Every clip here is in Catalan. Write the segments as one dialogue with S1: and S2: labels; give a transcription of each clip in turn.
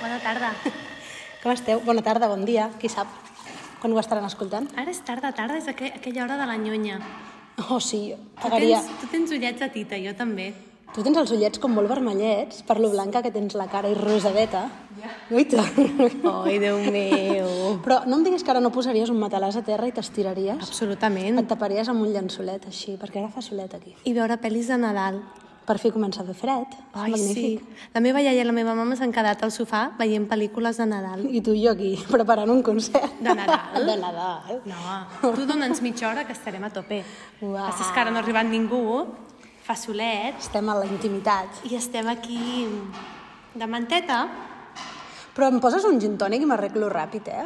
S1: Bona tarda.
S2: Com esteu? Bona tarda, bon dia, qui sap quan ho estaran escoltant.
S1: Ara és tarda, tarda, és aqu aquella hora de la nyonya.
S2: Oh, sí,
S1: Tu
S2: pagaria.
S1: tens, tu tens ullets de tita, jo també.
S2: Tu tens els ullets com molt vermellets per lo blanca que tens la cara i rosadeta. Ja. No, i tant.
S1: Ai, Déu meu.
S2: Però no em diguis que ara no posaries un matalàs a terra i t'estiraries?
S1: Absolutament.
S2: Et taparies amb un llençolet així, perquè ara fa solet aquí.
S1: I veure pel·lis de Nadal.
S2: Per fi comença a fer fred. És
S1: Ai, sí.
S2: magnífic.
S1: La meva iaia i la meva mama s'han quedat al sofà veient pel·lícules de Nadal.
S2: I tu i jo aquí, preparant un concert.
S1: De Nadal?
S2: De Nadal.
S1: No, tu dona'ns mitja hora que estarem a tope.
S2: Uau.
S1: Passa és que ara no ha arribat ningú, fa solet,
S2: Estem a la intimitat.
S1: i estem aquí de manteta.
S2: Però em poses un gin tònic i m'arreglo ràpid, eh?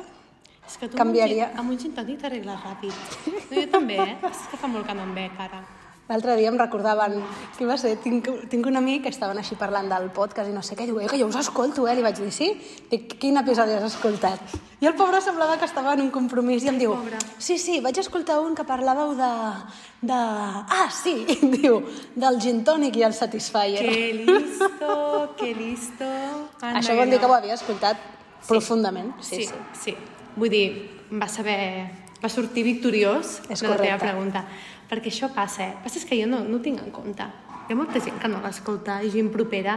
S1: És que tu
S2: Canviaria.
S1: amb un gin- amb un gin tònic t'arregles ràpid. No, jo també, eh? És que fa molt que no em bec ara.
S2: L'altre dia em recordaven, qui va ser? Tinc, tinc un amic que estaven així parlant del podcast i no sé què, diu, eh, que jo us escolto, eh? Li vaig dir, sí? Dic, quin episodi has escoltat? I el pobre semblava que estava en un compromís i em diu,
S1: Pobre.
S2: sí, sí, vaig escoltar un que parlàveu de... de... Ah, sí! Em diu, del gin tònic i el Satisfyer.
S1: Que listo, que listo. Anda,
S2: Això vol dir
S1: no.
S2: que ho havia escoltat profundament. Sí, sí. sí.
S1: sí. Vull dir, em va saber... Va sortir victoriós
S2: És
S1: de la teva
S2: correcte.
S1: pregunta. Perquè això passa, eh? Passa és que jo no, no ho tinc en compte. Hi ha molta gent que no l'escolta, i gent propera,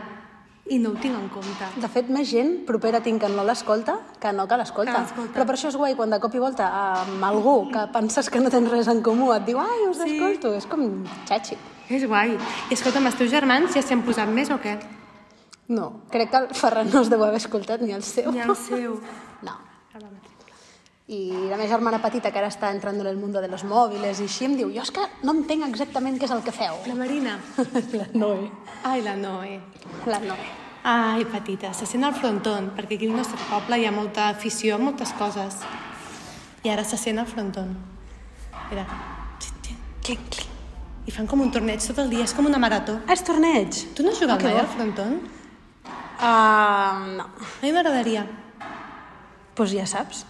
S1: i no ho tinc en compte.
S2: De fet, més gent propera tinc que no l'escolta que no que
S1: Que
S2: l'escolta.
S1: l'escolta.
S2: Però per això és guai quan de cop i volta amb algú que penses que no tens res en comú et diu ai, us
S1: Sí.
S2: escolto, és com xachi.
S1: És guai. I escolta'm, els teus germans ja s'hi han posat més o què?
S2: No, crec que el Ferran no es deu haver escoltat ni el seu.
S1: Ni el seu.
S2: No. I la meva germana petita, que ara està entrant en el món de los mòbils i així, em diu, jo és que no entenc exactament què és el que feu.
S1: La Marina.
S2: La Noe.
S1: Ai, la Noe.
S2: La Noe.
S1: Ai, petita, se sent al frontón, perquè aquí al nostre poble hi ha molta afició a moltes coses. I ara se sent al frontón. Mira. Xin, xin, clic, clic. I fan com un torneig tot el dia, és com una marató.
S2: Ah, és torneig?
S1: Tu no has jugat
S2: Ah, que
S1: mai
S2: bo.
S1: al frontón?
S2: Uh, no.
S1: A mi m'agradaria.
S2: Doncs pues ja saps.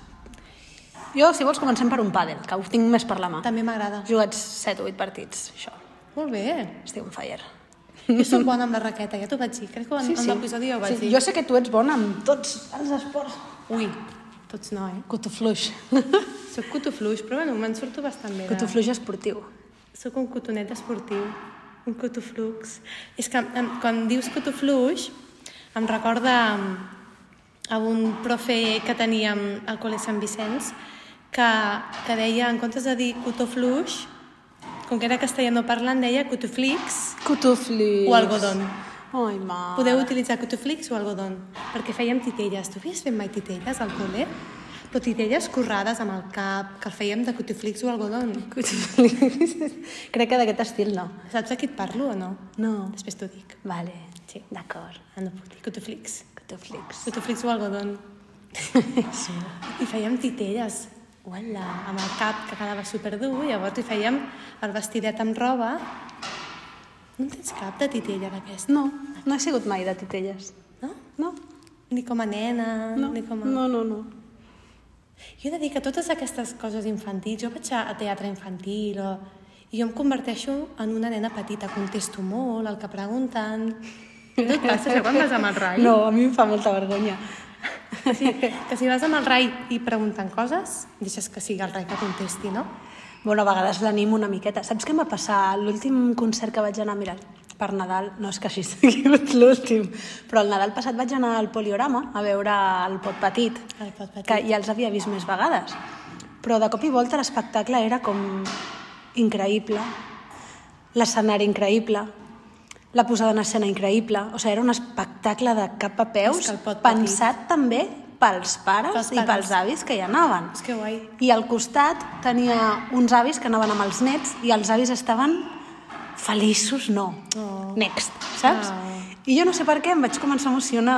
S2: Jo, si vols, comencem per un pàdel, que ho tinc més per la mà.
S1: També m'agrada.
S2: He jugat 7 o 8 partits, això.
S1: Molt bé.
S2: Estic on fire.
S1: Jo sóc bona amb la raqueta, ja t'ho vaig dir. Crec que en, sí, sí. en l'episodi ja ho vaig sí,
S2: sí,
S1: dir.
S2: Jo sé que tu ets bona amb tots els esports.
S1: Ui, tots no, eh?
S2: Coto fluix.
S1: Soc cotofluix, però bueno, me'n surto bastant bé. de-
S2: Coto fluix esportiu.
S1: Sóc un cotonet esportiu, un cotoflux. És que em, quan dius cotoflux em recorda em, a un profe que teníem al Col·le Sant Vicenç que, que deia, en comptes de dir cotoflux, com que era castellano parlant, deia cotoflix
S2: Coto fluix.
S1: o algodón.
S2: Ai, ma.
S1: Podeu utilitzar cotoflix o algodón, perquè fèiem titelles. Tu havies fet mai titelles al col·le? Però titelles currades amb el cap, que el fèiem de cotoflix o algodón.
S2: Coto fluix. Crec que d'aquest estil no.
S1: Saps a qui et parlo o no?
S2: No.
S1: Després t'ho dic.
S2: Vale.
S1: Sí.
S2: D'acord.
S1: Ah, no puc dir. Cotoflix.
S2: Coto fluix.
S1: Cotoflix o algodón.
S2: Sí.
S1: I fèiem titelles. Uala, amb el cap que quedava superdur, llavors hi fèiem el vestidet amb roba. No en tens cap de titella d'aquesta,
S2: No, no he sigut mai de titelles.
S1: no?
S2: No,
S1: Ni com a nena,
S2: no,
S1: ni com a...
S2: no, no. no.
S1: Jo he de dir que totes aquestes coses infantils, jo vaig a a teatre infantil o... I jo em converteixo en una nena petita, contesto molt el que pregunten... No et passa això quan vas amb el rai?
S2: No, a mi em fa molta vergonya.
S1: Sí, que si vas amb el rai i pregunten coses, deixes que sigui el rai que contesti, no?
S2: Bueno, a vegades l'animo una miqueta. Saps què em va passar? L'últim concert que vaig anar, mira, per Nadal, no és que així sigui l'últim, però el Nadal passat vaig anar al Poliorama a veure el Pot Petit,
S1: El pot petit.
S2: que ja els havia vist més vegades. Però de cop i volta l'espectacle era com increïble, l'escenari increïble, la posada en escena increïble, o sigui, era un espectacle de cap a
S1: És
S2: peus,
S1: que el Pot Petit-
S2: pensat també pels pares,
S1: Pels
S2: i
S1: pares.
S2: pels avis que hi anaven.
S1: És que guai.
S2: I al costat tenia uns avis que anaven amb els nets i els avis estaven feliços, no,
S1: Oh.
S2: next, saps?
S1: Ah.
S2: I jo no sé per què em vaig començar a emocionar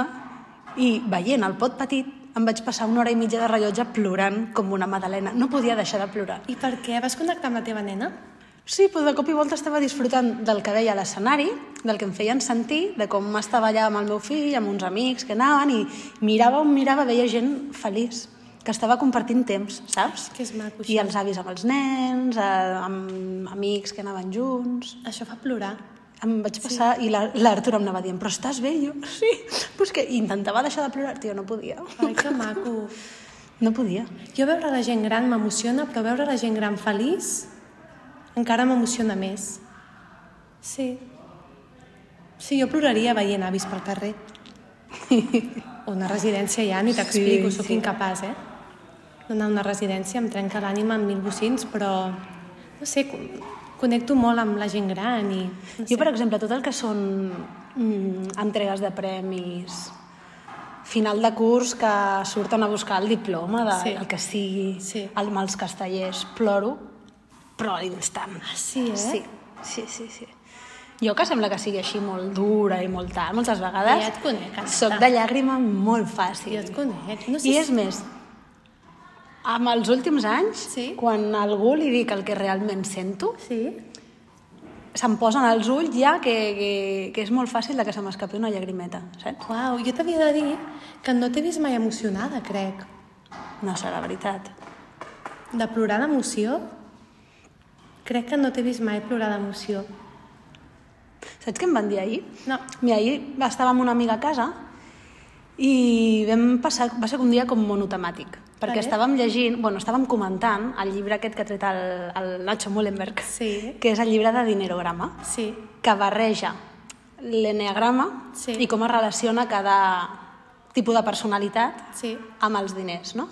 S2: i veient el pot petit em vaig passar una hora i mitja de rellotge plorant com una madalena. No podia deixar de plorar.
S1: I per què? Vas connectar amb la teva nena?
S2: Sí, però de cop i volta estava disfrutant del que veia a l'escenari, del que em feien sentir, de com estava allà amb el meu fill, amb uns amics que anaven, i mirava on mirava, veia gent feliç, que estava compartint temps, saps?
S1: Que és maco,
S2: I
S1: això.
S2: els avis amb els nens, eh, amb amics que anaven junts...
S1: Això fa plorar.
S2: Em vaig passar sí. i l'Ar- l'Artur em anava dient, però estàs bé? I jo, sí. Però és que intentava deixar de plorar, tio, no podia.
S1: Ai, que maco.
S2: No podia.
S1: Jo veure la gent gran m'emociona, però veure la gent gran feliç encara m'emociona més. Sí. Sí, jo ploraria veient avis pel carrer. O una residència ja, ni t'explico,
S2: Sí,
S1: sóc
S2: sí.
S1: incapaç, eh? D'anar a una residència em trenca l'ànima amb mil bocins, però, no sé, con- connecto molt amb la gent gran i... No sé.
S2: Jo, per exemple, tot el que són mm, entregues de premis, final de curs que surten a buscar el diploma, de,
S1: Sí.
S2: sí. el que sigui,
S1: Sí.
S2: el, amb els castellers, ploro, però a l'instant.
S1: Ah, sí, eh?
S2: Sí, sí, sí, sí. Jo, que sembla que sigui així molt dura i molt tal, moltes vegades...
S1: Ja et conec, Aneta.
S2: Soc de llàgrima molt fàcil.
S1: Jo et conec. No
S2: No
S1: sé
S2: sé I
S1: si-
S2: és més, amb els últims anys,
S1: Sí.
S2: quan a algú li dic el que realment sento,
S1: Sí?
S2: se'm posen els ulls ja que, que, que és molt fàcil de que se m'escapi una llagrimeta, saps?
S1: Uau, jo t'havia de dir que no t'he vist mai emocionada, crec.
S2: No sé, la veritat.
S1: De plorar d'emoció? Crec que no t'he vist mai plorar d'emoció.
S2: Saps què em van dir ahir?
S1: No.
S2: Mira, ahir estava amb una amiga a casa i vam passar, va ser un dia com monotemàtic, perquè
S1: Vale.
S2: estàvem llegint, bueno, estàvem comentant el llibre aquest que ha tret el, el Nacho Mullenberg,
S1: Sí.
S2: que és el llibre de Dinerograma.
S1: Sí.
S2: que barreja l'eneagrama
S1: Sí.
S2: i com es relaciona cada tipus de personalitat
S1: Sí.
S2: amb els diners, no?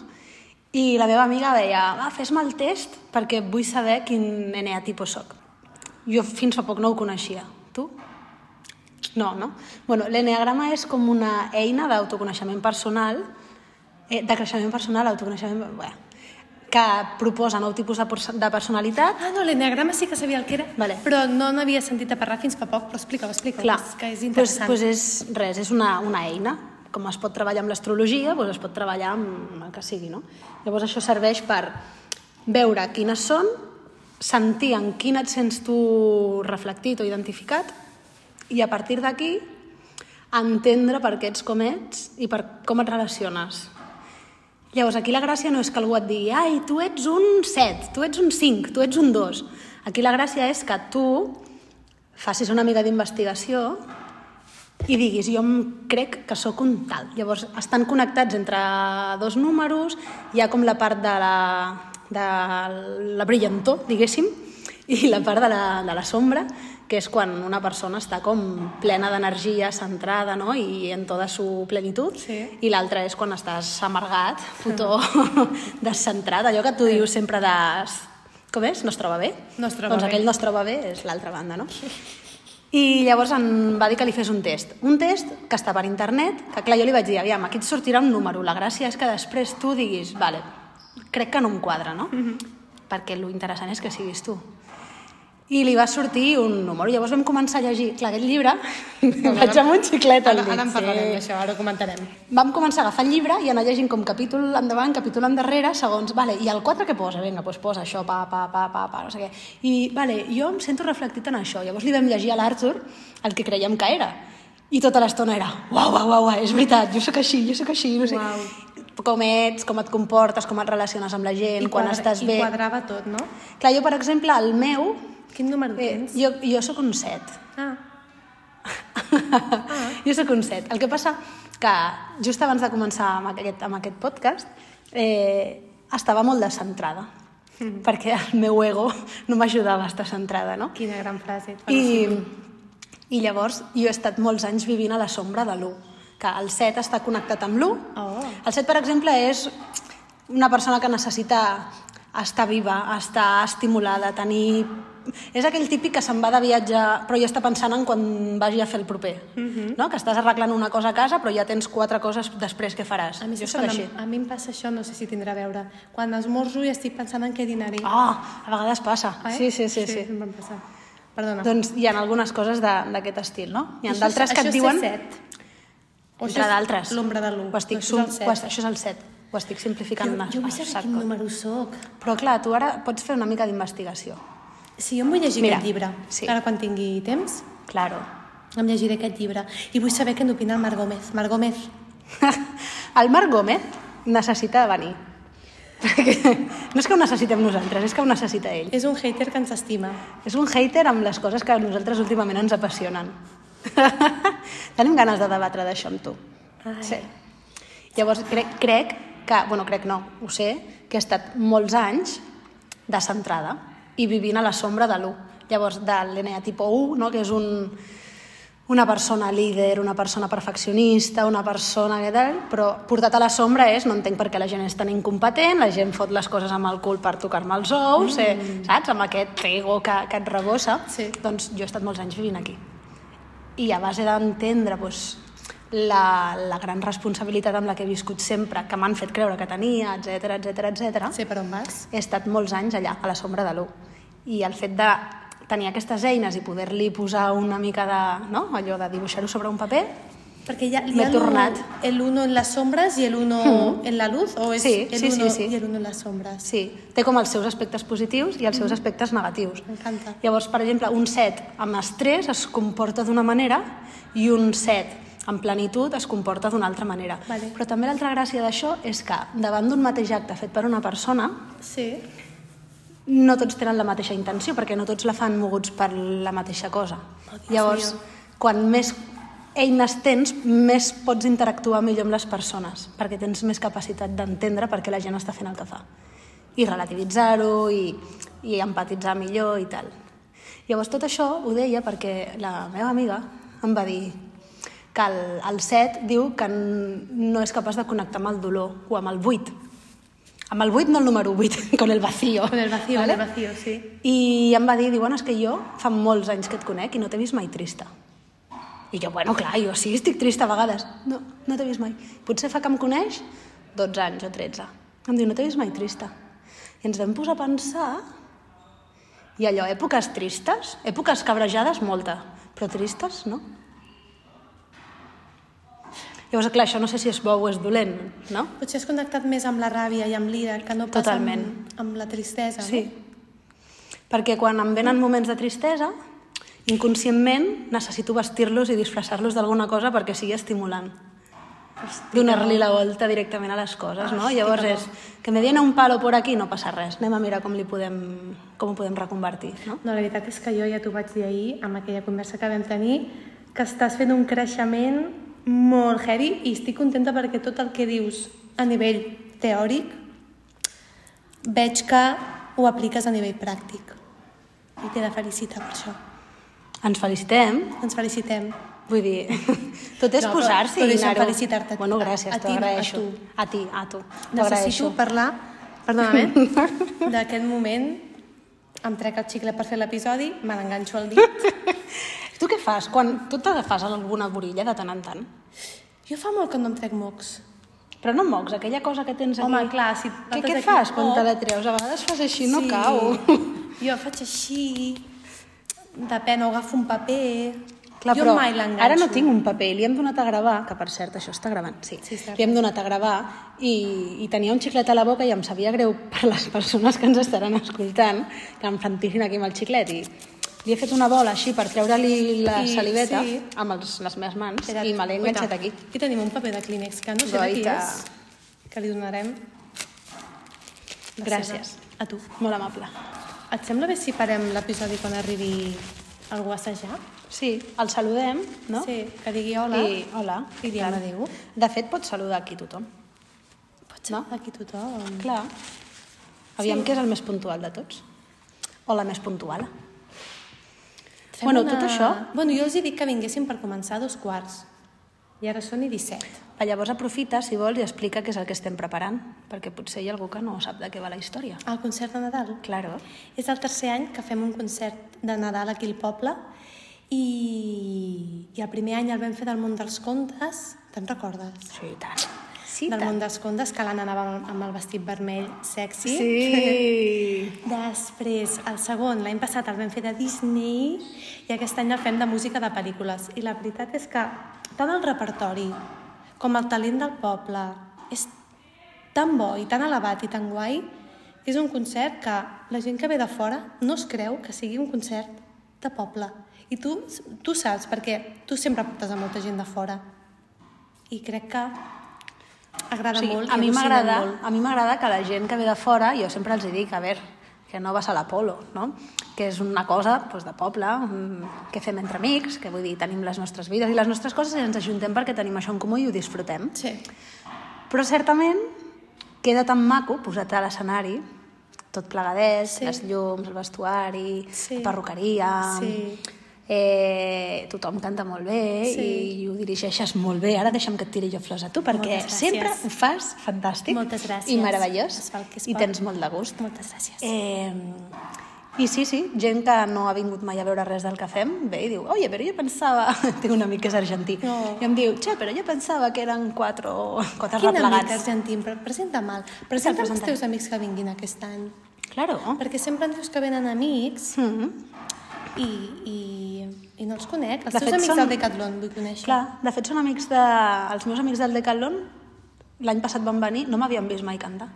S2: I la meva amiga deia, va, fes-me el test perquè vull saber quin eneatipus sóc. Jo fins fa poc no ho coneixia. Tu? No, no? Bueno, l'eneagrama és com una eina d'autoconeixement personal, eh, de creixement personal, autoconeixement... Bueno, que proposa nou tipus de, perso- de personalitat
S1: Ah, no, l'enneagrama sí que sabia el que era,
S2: Vale.
S1: però no n'havia sentit a parlar fins fa poc, però explica-ho, explica
S2: Clar,
S1: és Doncs que és interessant.
S2: Pues, pues és, res, és una, una eina. Com es pot treballar amb l'astrologia, pues es pot treballar amb el que sigui, no? Llavors això serveix per veure quines són, sentir en quin et sents tu reflectit o identificat i a partir d'aquí entendre per què ets com ets i per com et relaciones. Llavors, aquí la gràcia no és que algú et digui ai, tu ets un 7, tu ets un 5, tu ets un 2. Aquí la gràcia és que tu facis una mica d'investigació i diguis, jo em crec que sóc un tal. Llavors, estan connectats entre dos números, hi ha com la part de la, de la brillantor, diguéssim, i la part de la, de la sombra, que és quan una persona està com plena d'energia, centrada, no?, i en tota su plenitud,
S1: Sí.
S2: i l'altra és quan estàs amargat, putó, descentrat, allò que tu dius sempre de... Com és? No es troba bé?
S1: No es troba
S2: doncs
S1: bé.
S2: aquell no es troba bé és l'altra banda, no? I llavors em va dir que li fes un test. Un test que està per internet, que clar, jo li vaig dir, aviam, aquí et sortirà un número. La gràcia és que després tu diguis, vale, crec que no em quadra, no?
S1: Mhm.
S2: Perquè lo interessant és que siguis tu. I li va sortir un número. Llavors vam començar a llegir, clar, aquest llibre, vaig amb un xiclet al
S1: Ara,
S2: dit.
S1: ara en parlarem
S2: sí.
S1: d'això, ara ho comentarem.
S2: Vam començar a agafar el llibre i anar llegint com capítol endavant, capítol endarrere, segons... Vale, I el 4 què posa? Vinga, doncs posa això, pa, pa, pa, pa, pa, no sé què. I, vale, jo em sento reflectit en això. Llavors li vam llegir a l'Arthur el que creiem que era. I tota l'estona era, uau, uau, uau, uau, és veritat, jo sóc així, jo sóc així, no sé.
S1: Uau.
S2: Com ets, com et comportes, com et relaciones amb la gent, quan
S1: quadra-
S2: estàs
S1: I
S2: bé.
S1: quadrava tot, no?
S2: Clar, jo, per exemple, el meu,
S1: Quin número
S2: eh,
S1: tens?
S2: jo, jo sóc un 7.
S1: Ah,
S2: jo sóc un set. El que passa que just abans de començar amb aquest, amb aquest podcast eh, estava molt descentrada perquè el meu ego no m'ajudava a estar centrada, no?
S1: quina gran frase.
S2: I, I llavors jo he estat molts anys vivint a la sombra de l'1, que el 7 està connectat amb l'1.
S1: Oh.
S2: El 7, per exemple, és una persona que necessita estar viva, estar estimulada, tenir... És aquell típic que se'n va de viatge però ja està pensant en quan vagi a fer el proper,
S1: Mhm.
S2: no? Que estàs arreglant una cosa a casa però ja tens quatre coses després que faràs.
S1: A mi,
S2: jo
S1: saps
S2: sóc
S1: quan
S2: així.
S1: em- a mi em passa això, no sé si tindrà a veure. Quan esmorzo i estic pensant en què dinaré.
S2: Ah, a vegades passa.
S1: Eh?
S2: Sí, sí, sí. sí.
S1: em van passar. Perdona.
S2: Doncs hi ha algunes coses de- d'aquest estil, no? Hi ha
S1: Això és-
S2: d'altres que et diuen...
S1: Això és ser set. O això
S2: Entre
S1: és
S2: d'altres.
S1: L'ombra de l'un.
S2: Ho estic
S1: Això és el set.
S2: sum- ho es- Això és el 7. Ho estic simplificant.
S1: Jo,
S2: una-
S1: jo vull
S2: a
S1: saber
S2: saco.
S1: quin número sóc.
S2: Però clar, tu ara pots fer una mica d'investigació.
S1: Si jo em vull llegir
S2: Mira,
S1: aquest llibre,
S2: sí.
S1: ara quan tingui temps,
S2: Claro.
S1: em llegiré aquest llibre. I vull saber què n'opina el Marc Gómez. Marc Gómez,
S2: el Marc Gómez necessita venir. Perquè no és que ho necessitem nosaltres, és que ho necessita ell.
S1: És un hater que ens estima.
S2: És un hater amb les coses que a nosaltres últimament ens apassionen. Tenim ganes de debatre d'això amb tu.
S1: Ai.
S2: Sí. Llavors, crec, crec que... Bueno, crec no, ho sé, que he estat molts anys descentrada i vivint a la sombra de l'1. Llavors, de l'NA tipus 1, no, que és un, una persona líder, una persona perfeccionista, una persona que tal, però portat a la sombra és, no entenc per què la gent és tan incompetent, la gent fot les coses amb el cul per tocar-me els ous, eh, saps? Amb aquest ego que, que et rebossa.
S1: Mm. Sí.
S2: Doncs jo he estat molts anys vivint aquí. I a base d'entendre doncs, la, la gran responsabilitat amb la que he viscut sempre, que m'han fet creure que tenia, etc etc etc
S1: Sé per on vas.
S2: he estat molts anys allà, a la sombra de l'1. I el fet de tenir aquestes eines i poder-li posar una mica de... No? Allò de dibuixar-ho sobre un paper,
S1: Perquè ja,
S2: M'he
S1: hi ha
S2: tornat.
S1: el uno en las sombras y el uno en la luz, o és
S2: Sí,
S1: el
S2: sí, sí,
S1: uno
S2: sí.
S1: i el uno en las sombras.
S2: sí, té com els seus aspectes positius i els seus aspectes negatius.
S1: M'encanta.
S2: Llavors, per exemple, un set amb estrès es comporta d'una manera i un set en plenitud es comporta d'una altra manera.
S1: Vale.
S2: Però també l'altra gràcia d'això és que davant d'un mateix acte fet per una persona,
S1: Sí.
S2: no tots tenen la mateixa intenció, perquè no tots la fan moguts per la mateixa cosa.
S1: Oh, Dios
S2: Llavors,
S1: mío.
S2: quan més eines tens, més pots interactuar millor amb les persones, perquè tens més capacitat d'entendre per què la gent està fent el que fa. I relativitzar-ho, i, i empatitzar millor, i tal. Llavors, tot això ho deia perquè la meva amiga em va dir que el, el 7 diu que n- no és capaç de connectar amb el dolor o amb el 8. Amb el 8, no el número 8, con el vacío.
S1: Con el vacío,
S2: ¿vale?
S1: con el vacío, sí.
S2: I em va dir, diu, bueno, és que jo fa molts anys que et conec i no t'he vist mai trista. I jo, bueno, clar, jo sí, estic trista a vegades. No, no t'he vist mai. Potser fa que em coneix 12 anys o 13. Em diu, no t'he vist mai trista. I ens vam posar a pensar... I allò, èpoques tristes, èpoques cabrejades, molta, però tristes, no? Llavors, clar, això no sé si és bo o és dolent, no?
S1: Potser has connectat més amb la ràbia i amb l'ira que no pas
S2: Totalment.
S1: amb, amb la tristesa. no?
S2: Sí. Perquè quan em venen moments de tristesa, inconscientment necessito vestir-los i disfressar-los d'alguna cosa perquè sigui estimulant. Donar-li la volta directament a les coses, no?
S1: Estic
S2: Llavors
S1: d'acord.
S2: és que me viene un palo por aquí, no passa res. Anem a mirar com, li podem, com ho podem reconvertir, no?
S1: No, la veritat és que jo ja t'ho vaig dir ahir, amb aquella conversa que vam tenir, que estàs fent un creixement molt heavy i estic contenta perquè tot el que dius a nivell teòric veig que ho apliques a nivell pràctic. I t'he de felicitar per això.
S2: Ens felicitem.
S1: Ens felicitem.
S2: Vull dir, tot és
S1: No, però-
S2: posar-s'hi
S1: però
S2: i
S1: deixa'm
S2: anar-ho.
S1: felicitar-te a ti,
S2: Bueno,
S1: a-
S2: gràcies,
S1: a
S2: t'ho
S1: ti, no, a
S2: agraeixo.
S1: tu.
S2: A ti, a tu. T'ho
S1: Necessito
S2: agraeixo.
S1: parlar, perdona'm, eh? d'aquest moment em trec el xicle per fer l'episodi, me l'enganxo al dit.
S2: Tu què fas? Quan tu t'agafes alguna borilla de tant en tant?
S1: Jo fa molt que no em trec mocs.
S2: Però no mocs, aquella cosa que tens aquí.
S1: Home, clar, si la
S2: Què,
S1: tens
S2: què
S1: aquí,
S2: fas
S1: oh.
S2: quan te la treus? A vegades fas així, no cau.
S1: Jo faig així, depèn, o agafo un paper...
S2: Clar,
S1: jo
S2: però
S1: mai l'enganxo.
S2: ara no tinc un paper, li hem donat a gravar, que per cert això està gravant, sí,
S1: Sí, està
S2: li hem donat a gravar i, i tenia un xiclet a la boca i em sabia greu per les persones que ens estaran escoltant que em fantissin aquí amb el xiclet i li he fet una bola així per treure-li la
S1: Sí,
S2: saliveta
S1: sí.
S2: amb els, les meves mans
S1: Espera't,
S2: i me l'he enganxat
S1: guaita.
S2: aquí.
S1: Aquí tenim un paper de Kleenex que no sé de qui
S2: Guaita.
S1: és, que li donarem... la
S2: Gràcies.
S1: seva. A tu.
S2: Molt amable.
S1: Et sembla bé si parem l'episodi quan arribi algú a assajar?
S2: Sí, el saludem, no?
S1: Sí, que digui hola
S2: I, hola.
S1: i diem adéu.
S2: De fet, pots saludar aquí tothom.
S1: Pot ser aquí tothom.
S2: Clar. Aviam sí. què és el més puntual de tots. O la més puntual.
S1: Fem
S2: Bueno, tot això-
S1: Bueno, jo els hi dic que vinguessin per començar a dos quarts. I ara són i 17.
S2: Va, llavors aprofita, si vols, i explica què és el que estem preparant, perquè potser hi ha algú que no sap de què va la història.
S1: Al concert de Nadal?
S2: Claro.
S1: És el tercer any que fem un concert de Nadal aquí al poble i, i el primer any el vam fer del món dels contes, te'n recordes?
S2: Sí, i tant. Sí, i
S1: del
S2: tant.
S1: món dels contes, que l'Anna anava amb- amb el vestit vermell sexy.
S2: Sí.
S1: Després, el segon, l'any passat el vam fer de Disney i aquest any el fem de música de pel·lícules. I la veritat és que tant el repertori com el talent del poble és tan bo i tan elevat i tan guai que és un concert que la gent que ve de fora no es creu que sigui un concert de poble. I tu, tu saps, perquè tu sempre portes a molta gent de fora. I crec que Agrada
S2: O sigui,
S1: molt.
S2: a
S1: i
S2: mi
S1: al·lucina
S2: m'agrada
S1: molt.
S2: a mi m'agrada que la gent que ve de fora, jo sempre els hi dic, a veure, que no vas a l'Apolo, no? que és una cosa doncs, de poble, un- que fem entre amics, que vull dir, tenim les nostres vides i les nostres coses i ens ajuntem perquè tenim això en comú i ho disfrutem.
S1: Sí.
S2: Però certament queda tan maco posat a l'escenari, tot plegadet,
S1: Sí.
S2: sí. les llums, el vestuari,
S1: Sí.
S2: sí. la perruqueria...
S1: Sí.
S2: Eh, tothom canta molt bé
S1: Sí.
S2: sí. i ho dirigeixes molt bé. Ara deixa'm que et tiri jo flors a tu, perquè
S1: Moltes gràcies.
S2: sempre ho fas fantàstic
S1: Moltes gràcies.
S2: i meravellós
S1: Es fa el que es
S2: i
S1: pot.
S2: tens molt de gust.
S1: Moltes gràcies.
S2: Eh, I sí, sí, gent que no ha vingut mai a veure res del que fem, ve i diu, oye, però jo pensava... Tinc un amic que és argentí.
S1: Oh.
S2: I em diu, che, però jo pensava que eren quatre, quatre
S1: Quin amic
S2: replegats.
S1: argentí, Pre- presenta mal. Presenta'm els
S2: presentant.
S1: teus amics que vinguin aquest any.
S2: Claro.
S1: Perquè sempre em dius que venen amics
S2: Mm -hmm.
S1: i, i, i no els conec. Els
S2: De
S1: teus
S2: fet,
S1: amics del
S2: són-
S1: Decathlon vull conèixer.
S2: Clar, de fet són amics de... Els meus amics del Decathlon l'any passat van venir, no m'havien vist mai cantar.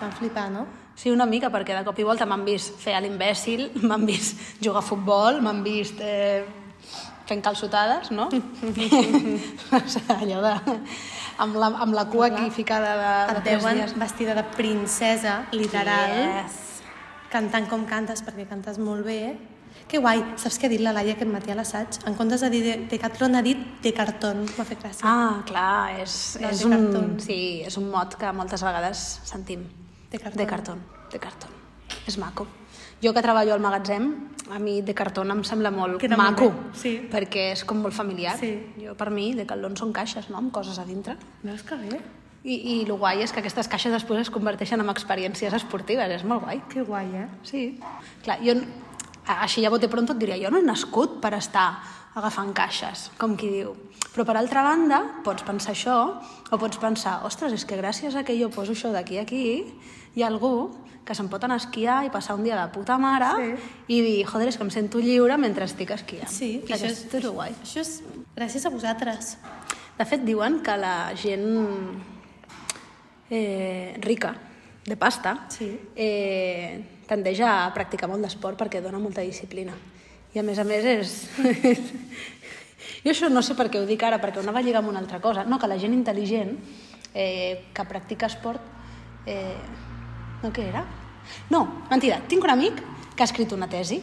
S1: Van flipar, no?
S2: Sí, una mica, perquè de cop i volta m'han vist fer a l'imbècil, m'han vist jugar a futbol, m'han vist eh, fent calçotades, no? o sigui, allò de... Amb la, amb la cua aquí ficada de,
S1: Et
S2: de tres
S1: veuen
S2: dies.
S1: vestida de princesa, literal,
S2: Yes.
S1: cantant com cantes, perquè cantes molt bé. Que guai, saps què ha dit la Laia aquest matí a l'assaig? En comptes de dir de- Decathlon ha dit Decartón, m'ha fet gràcia.
S2: Ah, clar, és,
S1: Dels
S2: és,
S1: de cartón.
S2: un, sí, és un mot que moltes vegades sentim.
S1: De cartón.
S2: De cartó. De cartó. És maco. Jo que treballo al magatzem, a mi de cartó em sembla molt
S1: Queda molt
S2: maco,
S1: bé, sí.
S2: perquè és com molt familiar.
S1: Sí.
S2: Jo, per mi, de calons són caixes, no?, amb coses a dintre.
S1: Veus que bé?
S2: I, I el guai és que aquestes caixes després es converteixen en experiències esportives, és molt guai.
S1: Que guai, eh?
S2: Sí. Clar, jo, n- a- així a bote pronto et diria, jo no he nascut per estar agafant caixes, com qui diu. Però per altra banda, pots pensar això, o pots pensar, ostres, és que gràcies a que jo poso això d'aquí a aquí, hi ha algú que se'n pot anar a esquiar i passar un dia de puta mare
S1: Sí.
S2: i dir, joder, és que em sento lliure mentre estic esquiant.
S1: Sí,
S2: que això és, és guai.
S1: Això és gràcies a vosaltres.
S2: De fet, diuen que la gent eh, rica, de pasta,
S1: Sí.
S2: eh, tendeix a practicar molt d'esport perquè dona molta disciplina. I a més a més és... Jo això no sé per què ho dic ara, perquè una va lligar amb una altra cosa. No, que la gent intel·ligent eh, que practica esport... Eh... No, què era? No, mentida. Tinc un amic que ha escrit una tesi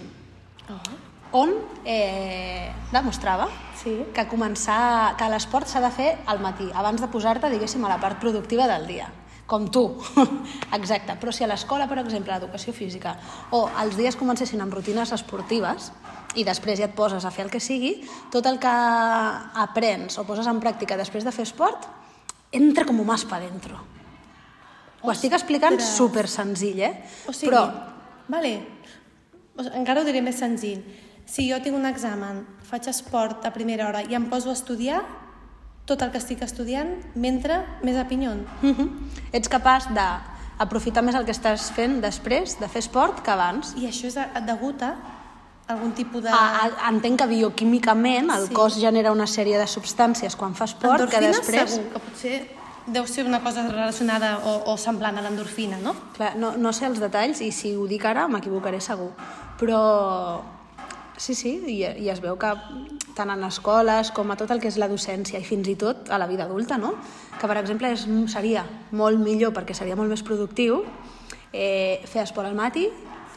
S1: Oh.
S2: on eh, demostrava
S1: Sí.
S2: que començar que l'esport s'ha de fer al matí, abans de posar-te, diguéssim, a la part productiva del dia com tu, exacte. Però si a l'escola, per exemple, l'educació física, o els dies comencessin amb rutines esportives i després ja et poses a fer el que sigui, tot el que aprens o poses en pràctica després de fer esport, entra com un maspa dentro. Ho estic explicant
S1: Ostres.
S2: super senzill, eh?
S1: O sigui,
S2: Però
S1: vale. O sigui, encara ho diré més senzill. Si jo tinc un examen, faig esport a primera hora i em poso a estudiar tot el que estic estudiant mentre més a pinyon.
S2: Mhm. Ets capaç d'aprofitar més el que estàs fent després de fer esport que abans.
S1: I això és a- degut a algun tipus de...
S2: A, a, ah, entenc que bioquímicament el
S1: Sí.
S2: sí. cos genera una sèrie de substàncies quan fa esport que
S1: Endorfines,
S2: després...
S1: segur, que potser deu ser una cosa relacionada o, o semblant a l'endorfina, no?
S2: Clar, no, no sé els detalls i si ho dic ara m'equivocaré segur, però sí, sí, i, i es veu que tant en escoles com a tot el que és la docència i fins i tot a la vida adulta, no? que per exemple és, seria molt millor perquè seria molt més productiu eh, fer esport al matí,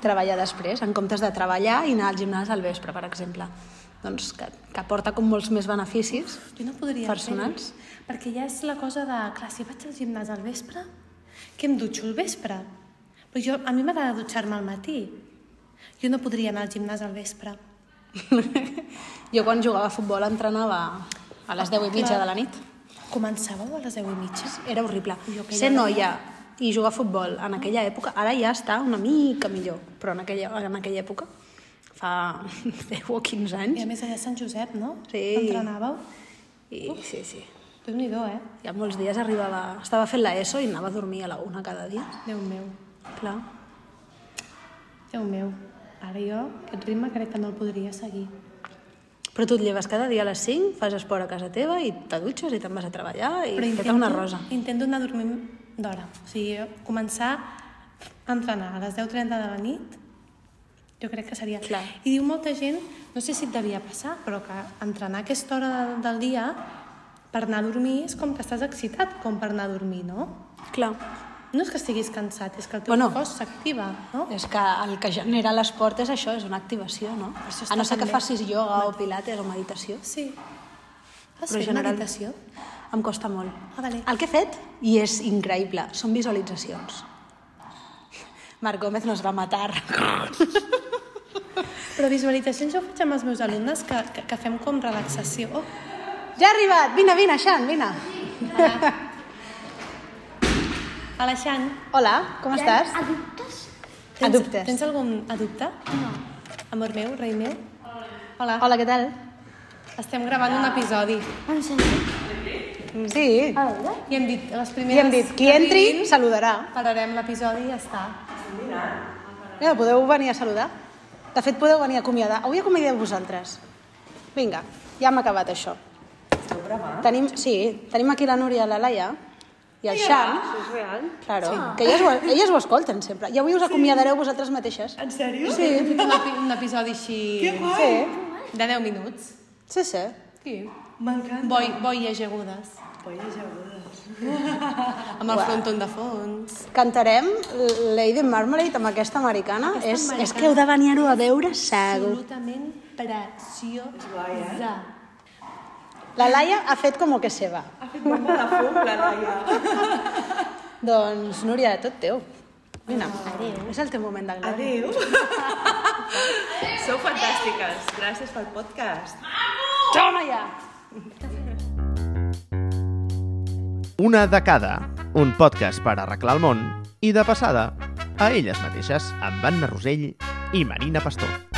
S2: treballar després, en comptes de treballar i anar al gimnàs al vespre, per exemple. Doncs que, que aporta com molts més beneficis.
S1: Jo no podria
S2: Personals?
S1: fer-ho, perquè ja és la cosa de, clar, si vaig al gimnàs al vespre, que em dutxo al vespre? Però jo, a mi m'agrada dutxar-me al matí. Jo no podria anar al gimnàs al vespre.
S2: Jo quan jugava a futbol entrenava a les 10 i mitja de la nit.
S1: Començàveu a les 10 i mitja?
S2: Era horrible.
S1: Jo aquella
S2: Ser
S1: era-
S2: noia i jugar a futbol en aquella època, ara ja està una mica millor, però en aquella, en aquella època, fa 10 o 15
S1: I
S2: anys,
S1: a més allà a Sant Josep, no?
S2: Sí.
S1: Entrenàveu?
S2: i sí, sí.
S1: Déu-n'hi-do, eh?
S2: I en molts dies arribava... Estava fent l'ESO i anava a dormir a la una cada dia.
S1: Déu meu.
S2: Clar.
S1: Déu meu. Ara jo, aquest ritme crec que no el podria seguir.
S2: Però tu et lleves cada dia a les 5, fas esport a casa teva i te dutxes i te'n vas a treballar i feta una rosa.
S1: Intento anar dormint d'hora. O sigui, començar a entrenar a les 10.30 de la nit, jo crec que seria...
S2: Clar.
S1: I diu molta gent, no sé si et devia passar, però que entrenar a aquesta hora del dia per anar a dormir és com que estàs excitat com per anar a dormir, no?
S2: Clar.
S1: No és que estiguis cansat, és que el teu
S2: Bueno. Eh.
S1: cos s'activa, no?
S2: És que el que genera l'esport és això, és una activació, no?
S1: Això està
S2: A no ser que
S1: també.
S2: facis ioga o pilates o meditació.
S1: Sí. Has
S2: Però
S1: fet
S2: general-
S1: meditació?
S2: Em costa molt.
S1: Ah, vale.
S2: El que he fet, i és increïble, són visualitzacions. Marc Gómez nos va matar.
S1: Però visualitzacions jo ho faig amb els meus alumnes que, que, que fem com relaxació. Oh,
S2: Ja ha arribat! Vine, vine, Xan, vine.
S1: hola, Xan.
S2: Hola, com estàs?
S3: Adultes?
S1: Tens,
S2: Adoptes.
S1: Tens algun adopte? No. Amor meu, rei meu? Hola.
S2: Hola, què tal?
S1: Estem gravant un episodi.
S3: Em sento
S2: Sí.
S3: a veure?
S1: I hem dit les primeres...
S2: I hem dit, qui
S1: que
S2: entri,
S1: vinguin,
S2: saludarà.
S1: Pararem l'episodi i ja està.
S2: Mira, podeu venir a saludar. De fet, podeu venir a acomiadar. Avui acomiadeu vosaltres. Vinga, ja hem acabat això. Tenim, sí, tenim aquí la Núria, la Laia i el Xan.
S4: És real?
S2: Claro, sí. que elles ho, elles ho escolten sempre. I avui us acomiadareu vosaltres mateixes.
S4: En sèrio?
S1: Sí. Hem fet un, epi un episodi així...
S4: Que guai!
S2: Sí,
S1: De 10 minuts.
S2: sí, sí.
S1: Sí.
S4: M'encanta.
S1: Boi, boi i ajegudes.
S4: Polla jagudes.
S1: Amb el fronton de fons.
S2: Cantarem Lady Marmalade amb aquesta americana.
S1: Aquesta
S2: és, és
S1: americana.
S2: que heu de venir-ho a veure, segur.
S1: Absolutament preciosa.
S4: Guai, eh?
S2: La Laia ha fet com que seva.
S4: Ha fet bomba de fum, la Laia.
S2: Doncs, Núria, tot teu. Vine, és el teu moment del gloria.
S4: Adéu. Sou fantàstiques. Gràcies pel podcast.
S2: Toma ja!
S5: Una de cada, un podcast per arreglar el món i, de passada, a elles mateixes amb Anna Rosell i Marina Pastor.